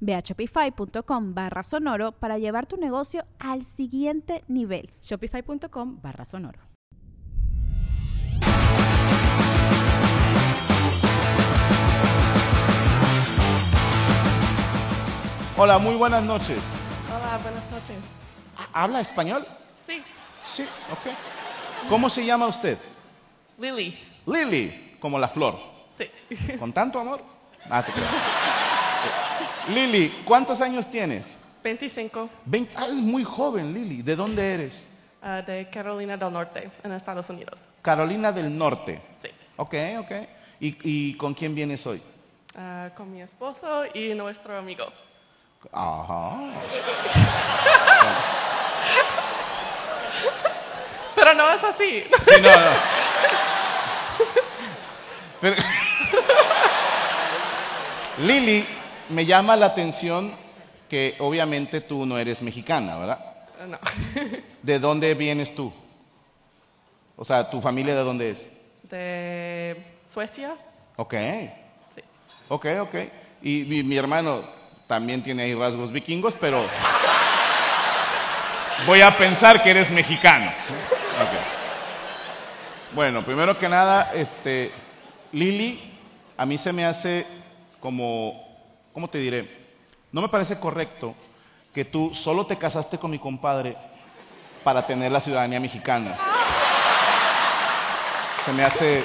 Ve a shopify.com barra sonoro para llevar tu negocio al siguiente nivel. Shopify.com barra sonoro. Hola, muy buenas noches. Hola, buenas noches. ¿Habla español? Sí, Sí, ok. ¿Cómo se llama usted? Lily. Lily, como la flor. Sí, ¿Con tanto amor? Ah, te creo. Lily, ¿cuántos años tienes? 25 Veinte- ah, es muy joven, Lily. ¿De dónde eres? ah, de Carolina del Norte, en Estados Unidos. Carolina del Norte. Sí, Ok, ok. ¿Y, y con quién vienes hoy? Ah, con mi esposo y nuestro amigo. Ajá. Pero no es así. Sí, no, no. Pero- Lili, me llama la atención que obviamente tú no eres mexicana, ¿verdad? no, ¿De dónde vienes tú? O sea, ¿tu familia de dónde es? de Suecia. Ok, Sí. ok, ok. Y mi, mi hermano también tiene ahí rasgos vikingos, pero voy a pensar que eres mexicano. Ok. Bueno, primero que nada, este, Lili, a mí se me hace como, ¿cómo te diré? No me parece correcto que tú solo te casaste con mi compadre para tener la ciudadanía mexicana. Se me hace...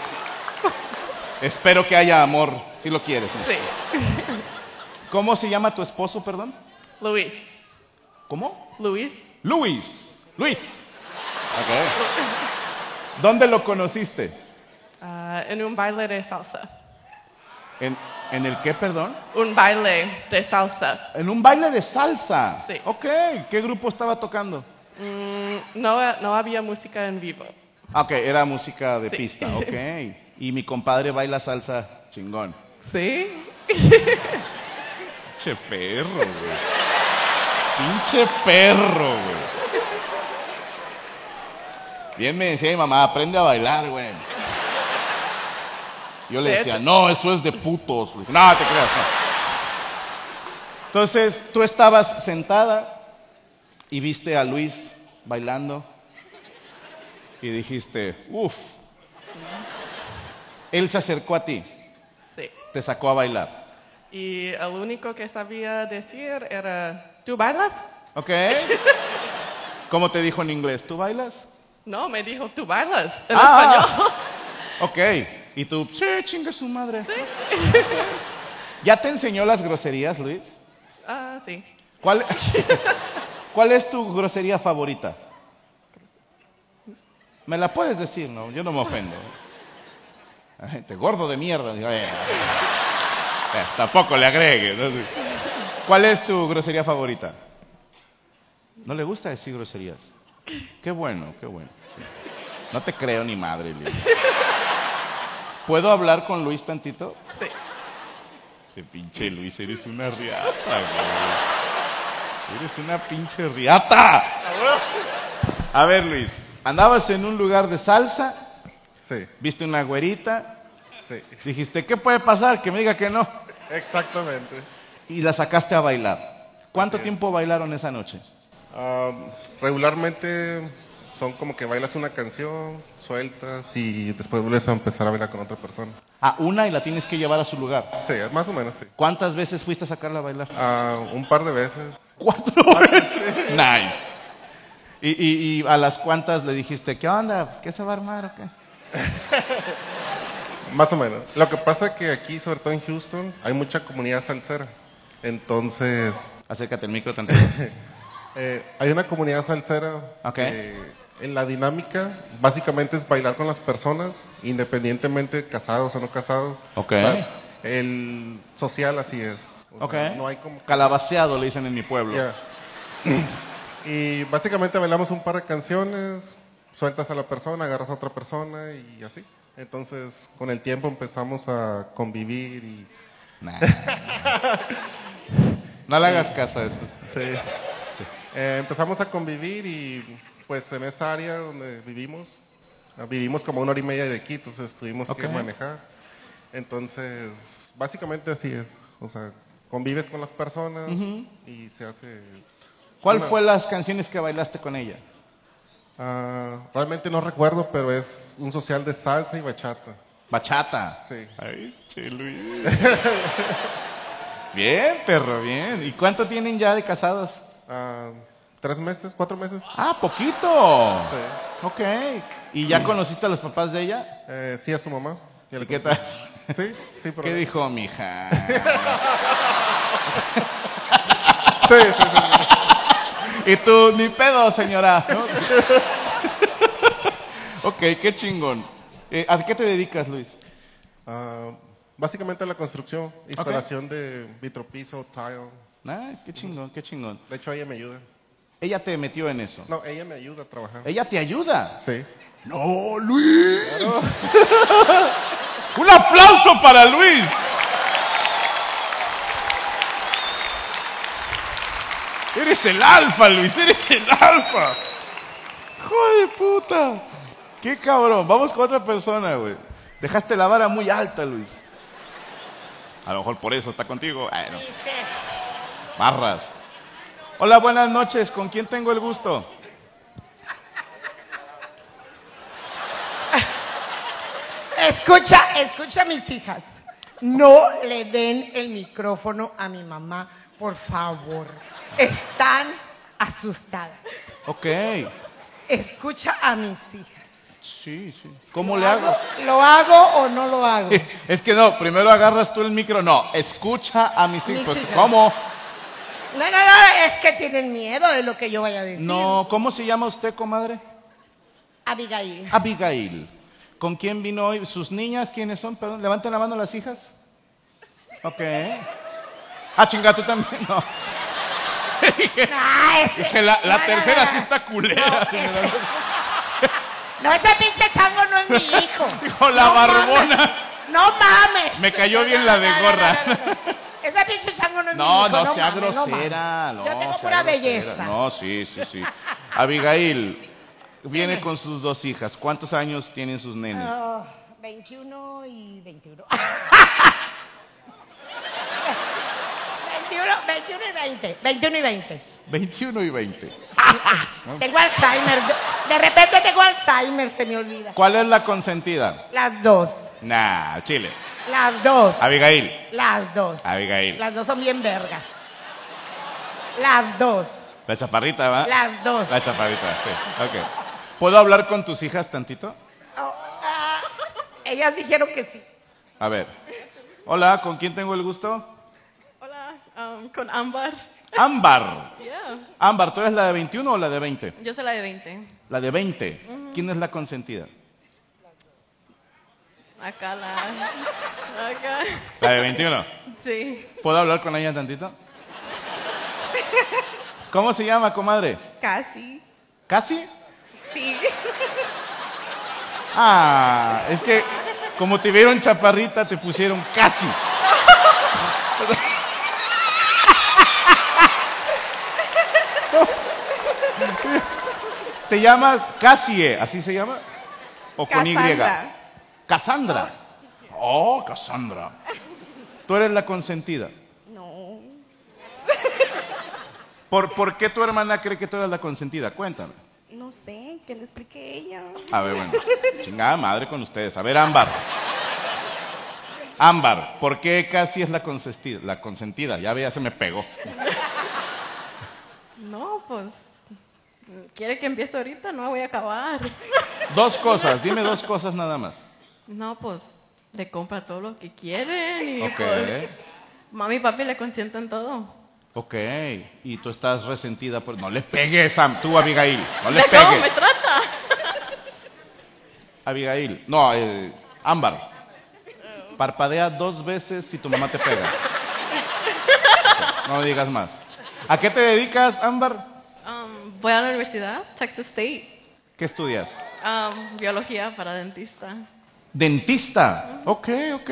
Espero que haya amor, si lo quieres. ¿no? Sí, ¿Cómo se llama tu esposo, perdón? Luis. ¿Cómo? Luis, Luis. Luis. Ok. ¿Dónde lo conociste? ah, en un baile de salsa. ¿En, en el qué, perdón? Un baile de salsa. En un baile de salsa. Sí. Ok. ¿Qué grupo estaba tocando? Mm, No, no había música en vivo. Ah, Ok, era música de Sí. pista. Ok. Y mi compadre baila salsa chingón. Sí, Pinche perro, güey. Pinche perro, güey. Bien me decía mi mamá, aprende a bailar, güey. Yo le De decía, hecho- no, eso es de putos. güey". No, te creas. no. Entonces, tú estabas sentada y viste a Luis bailando y dijiste, uff. Él se acercó a ti, sí. te sacó a bailar. Y el único que sabía decir era, ¿tú bailas? ¿Ok? ¿Cómo te dijo en inglés? ¿Tú bailas? No, me dijo, ¿tú bailas? En Ah. español. Ok. Y tú, sí, chinga su madre. Sí. ¿Ya te enseñó las groserías, Luis? Ah, sí. ¿Cuál, ¿Cuál es tu grosería favorita? Me la puedes decir, ¿no? Yo no me ofendo. Ay, Te gordo de mierda. Digo, eh, eh, tampoco le agregue. ¿no? ¿Cuál es tu grosería favorita? No le gusta decir groserías. Qué bueno, qué bueno. No te creo ni madre, Lili. ¿Puedo hablar con Luis tantito? Sí. Qué pinche Luis, eres una riata, güey. Eres una pinche riata. A ver, Luis, andabas en un lugar de salsa, Sí, viste una güerita, sí, dijiste, ¿qué puede pasar? Que me diga que no. exactamente. Y la sacaste a bailar. ¿Cuánto Así es. tiempo bailaron esa noche? Am, regularmente son como que bailas una canción, sueltas y después vuelves a empezar a bailar con otra persona. A una y la tienes que llevar a su lugar. Sí, más o menos, sí. ¿Cuántas veces fuiste a sacarla a bailar? Ah, un par de veces. Cuatro veces. Nice. Y, y- y a las cuantas le dijiste, ¿qué onda? ¿Qué se va a armar o qué? Más o menos. Lo que pasa es que aquí, sobre todo en Houston, hay mucha comunidad salsera. Entonces, Acércate el micro tantito. eh, hay una comunidad salsera Ok. que en la dinámica básicamente es bailar con las personas, independientemente casados o no casados. Ok. O sea, el social así es. O Ok. sea, no hay como... Calabaceado le dicen en mi pueblo. Ya. y básicamente bailamos un par de canciones, sueltas a la persona, agarras a otra persona y así. Entonces, con el tiempo empezamos a convivir y Nah. no le hagas caso a eso. eh, empezamos a convivir y pues en esa área donde vivimos, ah, vivimos como una hora y media de aquí, entonces tuvimos que Ok. manejar. Entonces, básicamente así es. O sea, convives con las personas y se hace ¿Cuál Una. fue las canciones que bailaste con ella? Ah, realmente no recuerdo, pero es un social de salsa y bachata. Bachata. Sí. Ay, che, Luis. bien, perro, bien. ¿Y cuánto tienen ya de casados? Ah, ¿Tres meses? ¿Cuatro meses? Ah, poquito. Sí. Ok. ¿Y ya conociste a los papás de ella? Eh, sí, a su mamá. Y a la ¿Y qué cosa. tal? Sí, sí, pero. ¿Qué dijo, mija? Sí, sí, sí. sí. Y tú, ni pedo, señora. ¿no? ok, qué chingón. Eh, ¿A qué te dedicas, Luis? Ah, básicamente la construcción, instalación de vitropiso, tile. Ah, qué chingón, qué chingón. De hecho, ella me ayuda. Ella te metió en eso. No, ella me ayuda a trabajar. Ella te ayuda. Sí. No, Luis. Un aplauso para Luis. Eres el alfa, Luis, eres el alfa. Joder, puta. Qué cabrón. Vamos con otra persona, güey. Dejaste la vara muy alta, Luis. A lo mejor por eso está contigo. Ay, no. Barras. Hola, buenas noches. ¿Con quién tengo el gusto? Escucha, escucha a mis hijas. No le den el micrófono a mi mamá, por favor. Están asustadas. Ok. Escucha a mis hijas. Sí, sí. ¿Cómo le hago? ¿Lo hago o no lo hago? Es que no, primero agarras tú el micro. No, escucha a mis Mis hijos. hijas. ¿Cómo? No, no, no, es que tienen miedo de lo que yo vaya a decir. No, ¿cómo se llama usted, comadre? Abigail, Abigail. ¿Con quién vino hoy? ¿Sus niñas quiénes son? Perdón, levanten la mano las hijas. Ok. Ah, chinga, tú también. No. No, Ah, ese- Dije, la, la no, no, tercera no, sí no. está culera. No, ese pinche chango no es mi hijo. Dijo la No barbona. mames, No mames. Me cayó No, bien no, la no, de no, no, gorra. no, no, no. Ese pinche chango no es mi No, hijo. no, sea mames, mames. grosera. No, Yo tengo sea grosera. pura belleza. No, sí, sí, sí. Abigail viene con sus dos hijas. ¿Cuántos años tienen sus nenes? Ah, 21 y 21. 21, 21 y 20. 21 y 20. 21 y 20. Ah. Tengo Alzheimer. De, de repente tengo Alzheimer, se me olvida. ¿Cuál es la consentida? Las dos. Nah, Chile. Las dos. Abigail. Las dos. Abigail. Las dos son bien vergas. Las dos. La chaparrita, ¿va? Las dos. La chaparrita, sí. Ok. ¿Puedo hablar con tus hijas tantito? Oh, ah, ellas dijeron que sí. A ver. Hola, ¿con quién tengo el gusto? Hola, um, con Ámbar. Ámbar. Yeah. Ámbar, ¿tú eres la de 21 o la de 20? Yo soy la de 20. La de 20. ¿Quién es la consentida? Acá la. Acá. La de 21. Sí. ¿Puedo hablar con ella tantito? ¿Cómo se llama, comadre? Casi. ¿Casi? Sí. Ah, es que como te vieron chaparrita, te pusieron casi. ¿Te llamas Casie? ¿Así se llama? ¿O con Cassandra. Y? Cassandra. Oh, Cassandra. Tú eres la consentida. No. ¿Por, ¿Por qué tu hermana cree que tú eres la consentida? Cuéntame. No sé, que le explique ella. A ver, bueno. Chingada madre con ustedes. A ver, Ámbar. Ámbar, ¿por qué casi es la consentida? La consentida, ya veía, se me pegó. No, pues. ¿Quiere que empiece ahorita? No voy a acabar. Dos cosas, dime dos cosas nada más. No, pues le compra todo lo que quieren y Ok. pues mami y papi le consienten todo. Ok, y tú estás resentida por... No le pegues a tú, Abigail. No le ¿Ve cómo me pegues. trata? Abigail. No, eh, Ámbar. Parpadea dos veces si tu mamá te pega. No me digas más. ¿A qué te dedicas, Ámbar? Um, voy a la universidad, Texas State, ¿Qué estudias? um, biología para dentista. Dentista. Ok, ok.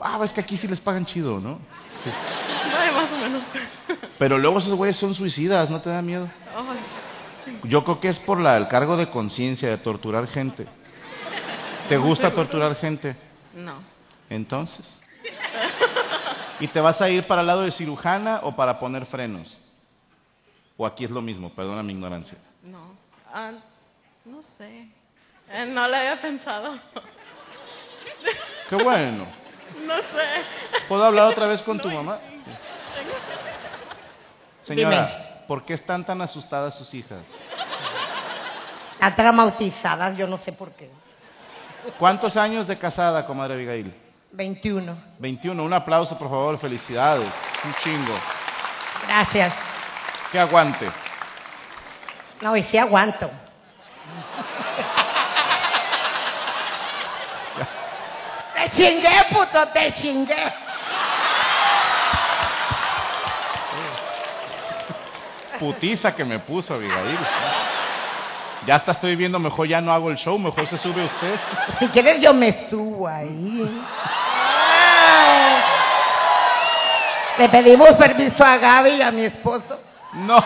Wow, es que aquí sí les pagan chido, ¿no? Ay, más o menos. Pero luego esos güeyes son suicidas, ¿no te da miedo? Ay, Yo creo que es por la- el cargo de conciencia de torturar gente. ¿Te gusta torturar gente? no, Entonces. ¿Y te vas a ir para el lado de cirujana o para poner frenos? O aquí es lo mismo, perdona mi ignorancia. no. Ah, no sé. Eh, no lo había pensado. Qué bueno. No sé. ¿Puedo hablar otra vez con tu mamá? Señora, ¿por qué están tan asustadas sus hijas? Están traumatizadas, yo no sé por qué. ¿Cuántos años de casada, comadre Abigail? 21. 21. Un aplauso, por favor. Felicidades. Un chingo. Gracias. Que aguante. No, y sí aguanto. te chingué, puto, te chingué. Putiza que me puso Abigail. Ya hasta estoy viendo, mejor ya no hago el show, mejor se sube usted. Si quieres yo me subo ahí. Ay. Le pedimos permiso a Gaby y a mi esposo. No.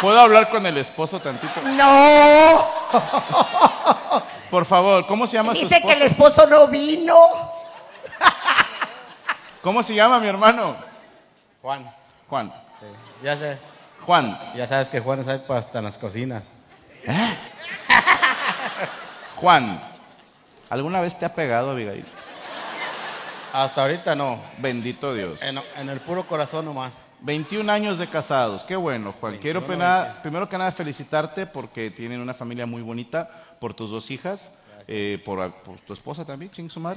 ¿Puedo hablar con el esposo tantito? No. Por favor, ¿cómo se llama su Dice que esposo? el esposo no vino. ¿Cómo se llama mi hermano? Juan, Juan. sí. ya, sé- Juan. ¿Eh? ya sabes que Juan sabe hasta en las cocinas. Juan. ¿Alguna vez te ha pegado, Abigail? Hasta ahorita no. Bendito Dios. En, en el puro corazón nomás. 21 años de casados. Qué bueno, Juan. Quiero 21, pena- primero que nada felicitarte porque tienen una familia muy bonita, por tus dos hijas, eh, por, por tu esposa también, ching sumar.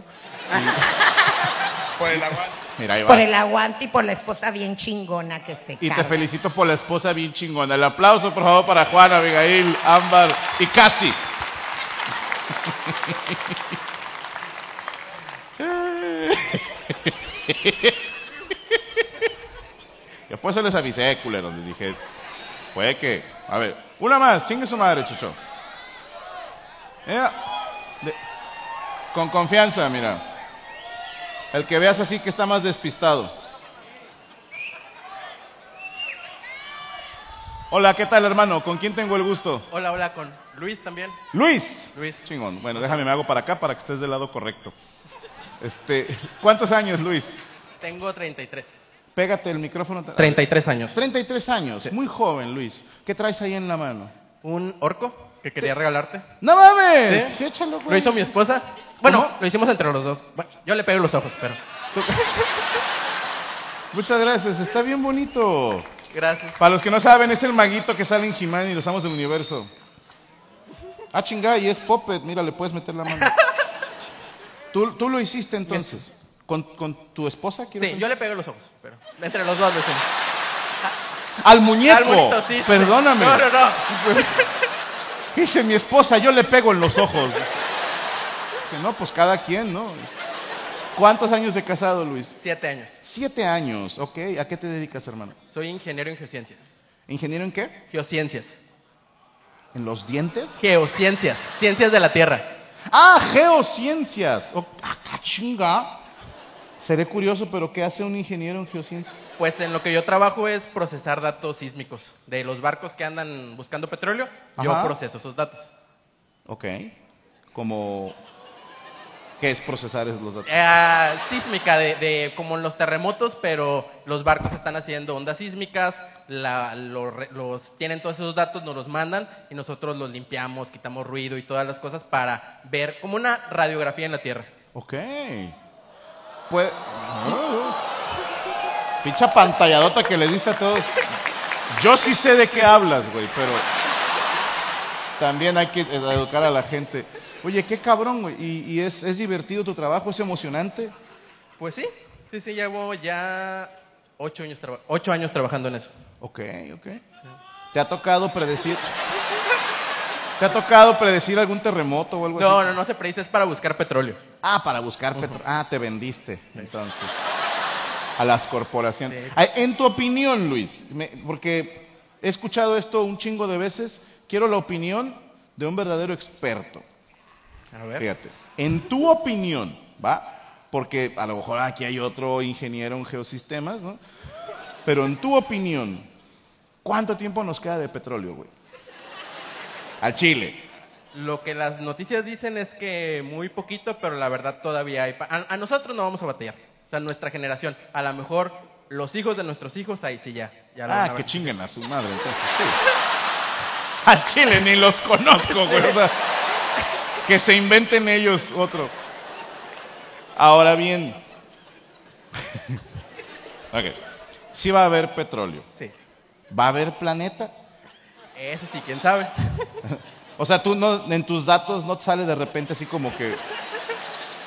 Por el agua. Mira, ahí Por vas. el aguante y por la esposa bien chingona que se Y te carga. felicito por la esposa bien chingona. El aplauso, por favor, para Juan, Abigail, Ámbar y Casi. Después pues, se les avisé, culeros. Les dije, puede que. A ver, una más. Chingue su madre, chucho. Mira, de- con confianza, mira. El que veas así que está más despistado. Hola, ¿qué tal, hermano? ¿Con quién tengo el gusto? Hola, hola, con Luis también. Luis. Luis. Chingón. Bueno, déjame, me hago para acá para que estés del lado correcto. Este, ¿cuántos años, Luis? Tengo 33. Pégate el micrófono. ta- 33 años. 33 años. Muy joven, Luis. ¿Qué traes ahí en la mano? Un orco que quería regalarte. ¡No mames! ¿Sí? Sí, échalo, güey. Lo hizo mi esposa. Bueno, ¿Cómo? lo hicimos entre los dos. Bueno, yo le pegué los ojos, pero. Muchas gracias. Está bien bonito. Gracias. Para los que no saben, es el maguito que sale en He-Man y los amos del universo. Ah, chingada, y es Poppet. Mira, le puedes meter la mano. ¿Tú, tú lo hiciste entonces? ¿Con, con tu esposa? quiero Sí, pensar? yo le pegué los ojos, pero. Entre los dos lo hicimos. Al muñeco. Al bonito, sí, sí, sí. Perdóname. No, no, no. Dice mi esposa, yo le pego en los ojos. Que no, pues cada quien, ¿no? ¿Cuántos años de casado, Luis? Siete años. Siete años, ok. ¿A qué te dedicas, hermano? Soy ingeniero en geociencias. ¿Ingeniero en qué? Geociencias. ¿En los dientes? Geociencias. Ciencias de la Tierra. Ah, geociencias. O- ah, ca- chinga. Seré curioso, pero ¿qué hace un ingeniero en geociencias? Pues en lo que yo trabajo es procesar datos sísmicos. De los barcos que andan buscando petróleo, Ajá. yo proceso esos datos. Ok. Como... ¿Qué es procesar esos- los datos? Eh, sísmica, de, de- como en los terremotos, pero los barcos están haciendo ondas sísmicas, la- lo re- los, tienen todos esos datos, nos los mandan y nosotros los limpiamos, quitamos ruido y todas las cosas para ver como una radiografía en la Tierra. Ok. ah. Pues... Picha pantalladota que le diste a todos. Yo sí sé de qué hablas, güey, pero también hay que eh, educar a la gente. Oye, qué cabrón, güey. ¿Y, y es, es divertido tu trabajo? ¿Es emocionante? Pues sí, sí, sí, llevo ya ocho años, traba- ocho años trabajando en eso. Ok, ok. ¿Te ha tocado predecir? ¿Te ha tocado predecir algún terremoto o algo así? No, no, no se predice, es para buscar petróleo. Ah, para buscar petróleo. Ah, te vendiste, entonces. A las corporaciones. Ay, En tu opinión, Luis, me- porque he escuchado esto un chingo de veces, quiero la opinión de un verdadero experto. A ver. Fíjate. En tu opinión, ¿va? Porque a lo mejor aquí hay otro ingeniero en geosistemas, ¿no? Pero en tu opinión, ¿cuánto tiempo nos queda de petróleo, güey? Al Chile. Lo que las noticias dicen es que muy poquito, pero la verdad todavía hay. pa- A, a nosotros no vamos a batallar. O sea, nuestra generación. A lo mejor los hijos de nuestros hijos, ahí sí ya. ya la van Ah, a que ver. chinguen a su madre, entonces, sí. Al Chile ni los conozco, güey. o sea, que se inventen ellos otro. Ahora bien. ok. Sí va a haber petróleo. Sí. ¿Va a haber planeta? Eso sí, quién sabe. O sea, tú no, en tus datos no te sale de repente así como que.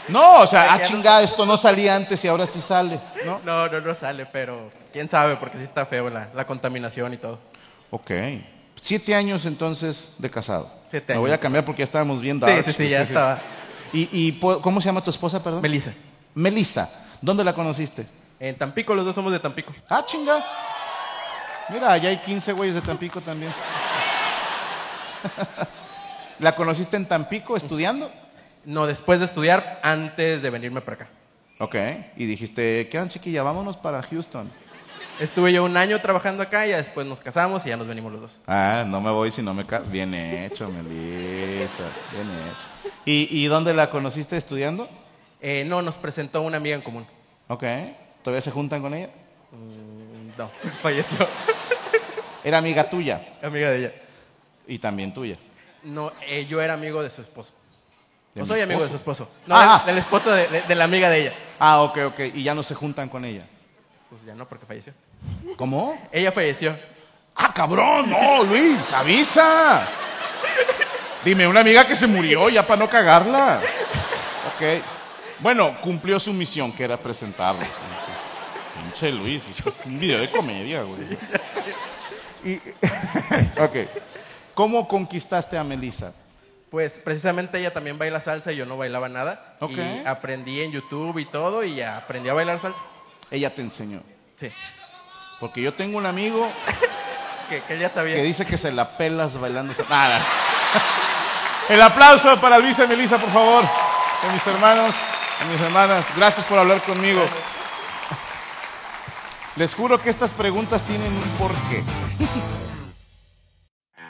No, o sea, ah, chingada, esto no salía antes y ahora sí sale, ¿no? No, no, no sale, pero quién sabe, porque sí está feo la, la contaminación y todo. Ok. Siete años entonces de casado. Siete Me voy años. a cambiar porque ya estábamos bien Sí, darks, sí, sí, pues, ya estaba. ¿Y, y po- cómo se llama tu esposa, perdón? Melissa. Melissa. ¿Dónde la conociste? En Tampico, los dos somos de Tampico. Ah, chinga. Mira, allá hay 15 güeyes de Tampico también. ¿La conociste en Tampico estudiando? No, después de estudiar, antes de venirme para acá. Ok. Y dijiste, ¿qué onda, chiquilla? Vámonos para Houston. Estuve yo un año trabajando acá y ya después nos casamos y ya nos venimos los dos. Ah, no me voy si no me caso. Bien hecho, Melissa. Bien hecho. ¿Y, ¿Y dónde la conociste estudiando? Eh, no, nos presentó una amiga en común. Ok. ¿Todavía se juntan con ella? No, falleció. Era amiga tuya Amiga de ella. y también tuya. No, eh, yo era amigo de su esposo. ¿De No mi soy amigo de su esposo? esposo. No, Ah. del, del esposo de, de- de la amiga de ella. Ah, ok, ok. Y ya no se juntan con ella. Pues ya no, porque falleció. ¿Cómo? Ella falleció. Ah, cabrón, no, Luis, avisa. Dime, una amiga que se murió ya para no cagarla. Ok. Bueno, cumplió su misión, que era presentarla. Pinche Luis, eso es un video de comedia, güey. Y- ok. ¿Cómo conquistaste a Melissa? Pues precisamente ella también baila salsa y yo no bailaba nada. Ok. Y aprendí en YouTube y todo y ya aprendí a bailar salsa. Ella te enseñó. Sí, Porque yo tengo un amigo que, que ella sabía. que dice que se la pelas bailando. esa- Nada. El aplauso para Luisa y Melissa, por favor. Con mis hermanos, con mis hermanas. Gracias por hablar conmigo. Les juro que estas preguntas tienen un porqué.